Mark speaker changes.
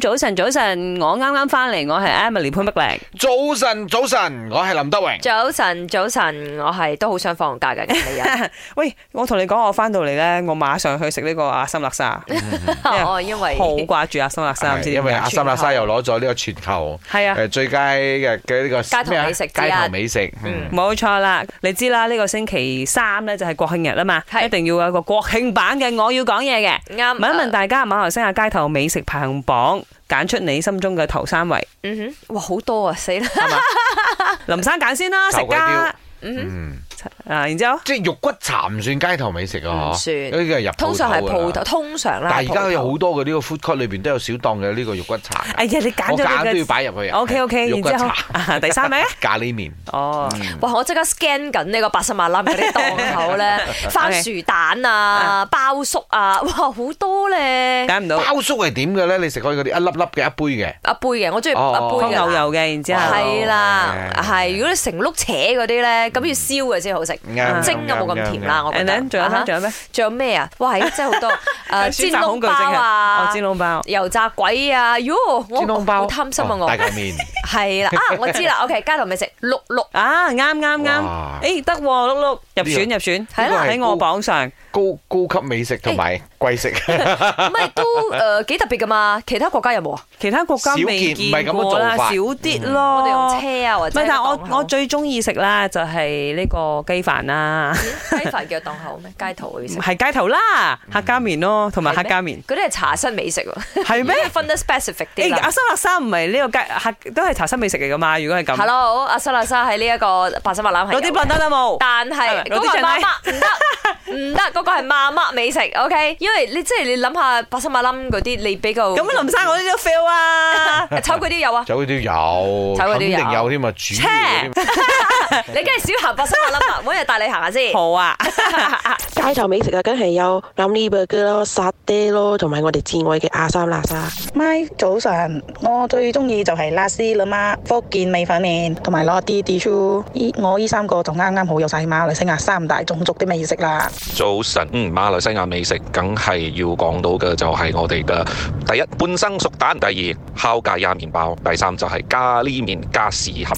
Speaker 1: 早晨，早晨，我啱啱翻嚟，我係 Emily 潘碧玲。
Speaker 2: 早晨，早晨，我係林德榮。
Speaker 3: 早晨，早晨，我係都好想放假嘅啊李欣，
Speaker 4: 喂，我同你講，我翻到嚟咧，我馬上去食呢個阿森辣沙，
Speaker 3: 哦，因為
Speaker 4: 好掛住阿森辣沙，唔知
Speaker 2: 因
Speaker 4: 點
Speaker 2: 為
Speaker 4: 解
Speaker 2: 阿森納沙又攞咗呢個全球
Speaker 4: 係啊，
Speaker 2: 誒最佳嘅嘅呢個
Speaker 3: 街頭
Speaker 2: 咩啊
Speaker 3: 美食之一
Speaker 2: 街頭美食。嗯
Speaker 4: 冇錯啦。你知啦，呢個星期三咧就係國慶日啦嘛，
Speaker 3: 係
Speaker 4: 一定要有一個國慶版嘅我要講嘢嘅。
Speaker 1: 嗯
Speaker 3: 啱。
Speaker 4: 問一問
Speaker 3: 呃，
Speaker 4: 大家馬來西亞街頭美食排行榜，揀出你心中嘅頭三位。
Speaker 3: 嗯哼，哇，好多啊，死啦！
Speaker 4: 林生揀先啦，食
Speaker 2: 頭鬼
Speaker 4: 家
Speaker 2: 嗯，
Speaker 4: 啊，然之後
Speaker 2: 即係肉骨茶唔算街頭美食啊，
Speaker 3: 唔
Speaker 2: 嗬
Speaker 3: 算
Speaker 2: 呢個係入鋪
Speaker 3: 通常係鋪
Speaker 2: 頭㗎
Speaker 3: 頭，
Speaker 2: 啦。
Speaker 3: 通常啦。
Speaker 2: 但係而家有
Speaker 3: 鋪
Speaker 2: 好多嘅呢個 food court 裏邊都有小檔嘅呢個肉骨茶㗎。
Speaker 4: 哎呀，你
Speaker 2: 我
Speaker 4: 揀咗
Speaker 2: 揀都
Speaker 4: 你
Speaker 2: 要
Speaker 4: 嘅
Speaker 2: 擺入去啊。
Speaker 4: ，OK OK，
Speaker 2: 肉
Speaker 4: 然
Speaker 2: 骨
Speaker 4: 之後
Speaker 2: 茶、嗯
Speaker 4: 啊 第三位，
Speaker 2: 咖喱麵。
Speaker 4: 哦，
Speaker 3: 頭哇！我即刻 scan 緊呢個八十萬粒嗰啲檔口咧，番薯蛋啊、包粟啊，哇，好多咧，一
Speaker 4: 揀唔到
Speaker 2: 包粟係點嘅咧？你食開嗰啲一粒粒嘅一杯嘅。
Speaker 3: 杯嘅，我中意一
Speaker 2: 哦哦
Speaker 4: 放
Speaker 3: 杯
Speaker 4: 牛
Speaker 3: 嘅。
Speaker 4: 油嘅，然之後
Speaker 3: 係啦，
Speaker 2: 哦
Speaker 3: 係。如果你成碌扯嗰啲咧，咁要燒嘅先好食，
Speaker 2: 啱
Speaker 3: 蒸嘅冇咁甜啦。我覺
Speaker 4: And
Speaker 3: 得
Speaker 4: then，。仲有
Speaker 3: 啊
Speaker 4: 咧，
Speaker 3: 哈
Speaker 4: 仲有咩？
Speaker 3: 仲有咩啊？哇，係真係好多誒
Speaker 4: 書
Speaker 3: 煎
Speaker 4: 法
Speaker 3: 籠
Speaker 4: 恐懼
Speaker 3: 包
Speaker 4: 症係
Speaker 3: 啊
Speaker 4: 哦，，煎籠包。
Speaker 3: 油炸鬼啊！喲，我
Speaker 2: 煎籠包。
Speaker 3: 好貪心啊！
Speaker 2: 哦
Speaker 3: 我
Speaker 2: 大嚿麵。
Speaker 3: 係啦，啊，我知啦。OK，街頭美食六六
Speaker 4: 啊，啱啱
Speaker 2: 哇
Speaker 4: 啱，诶得喎，碌碌入
Speaker 2: 呢
Speaker 4: 選
Speaker 2: 個
Speaker 4: 入選，
Speaker 2: 係啦
Speaker 4: 喺我榜上，
Speaker 2: 高高級美食同
Speaker 3: 哎
Speaker 2: 埋貴食。
Speaker 3: 唔係都誒幾特別噶嘛？其他國家有冇啊？
Speaker 4: 其他國家
Speaker 2: 少見
Speaker 4: 未
Speaker 2: 唔係咁
Speaker 4: 見
Speaker 2: 嘅做
Speaker 4: 過啦，
Speaker 2: 法
Speaker 4: 少啲
Speaker 3: 我哋用
Speaker 4: 咯。
Speaker 3: 車啊，或
Speaker 4: 哦唔
Speaker 3: 者
Speaker 4: 係，但係
Speaker 3: 檔
Speaker 4: 我
Speaker 3: 口
Speaker 4: 我最中意食啦，就係呢個雞飯 啦，
Speaker 3: 雞飯叫檔口咩？街頭美食
Speaker 4: 係街頭啦，客家麵咯，同埋
Speaker 3: 係咩
Speaker 4: 客家麵
Speaker 3: 嗰啲係茶室美食喎，
Speaker 4: 係 咩？
Speaker 3: 分得 specific 啲
Speaker 4: 誒，阿
Speaker 3: 啦。
Speaker 4: 三辣三唔係呢個街客都係茶室美食嚟噶嘛？如果
Speaker 2: 嗯
Speaker 4: 係咁，
Speaker 3: Hello，阿沙拉沙喺呢一個白沙麥欖係有
Speaker 4: 攞
Speaker 3: 嘅
Speaker 4: 啲笨得啦冇。
Speaker 3: 但係嗰個係媽媽，唔得唔得，嗰個係媽媽美食，OK？因為你即係你諗下八十馬冧嗰啲，你比較
Speaker 4: 咁林生我呢啲都 fail 啊！
Speaker 3: 抽嗰啲有啊，
Speaker 2: 走嗰啲有，
Speaker 3: 走嗰
Speaker 2: 肯
Speaker 3: 啲
Speaker 2: 定
Speaker 3: 有
Speaker 2: 有添啊，主要嗰啲。
Speaker 3: 你梗係少行八十馬冧啦，每日帶你行下先。
Speaker 4: 好 啊，
Speaker 5: 街頭美食啊，梗係有 Ramly Burger 咯、沙爹咯，同埋我哋至愛嘅阿三辣沙。
Speaker 6: 咪早晨，我最中意就係拉絲啦嘛，福建米粉面同埋攞啲 d i s 依我依三個就啱啱好有晒馬來西亞三大種族的美食啦。
Speaker 7: 早晨，嗯，馬來西亞美食梗係要講到嘅就係我哋嘅第一半生熟蛋，第二烤芥亞麵包，第三就係咖喱麵加豉合。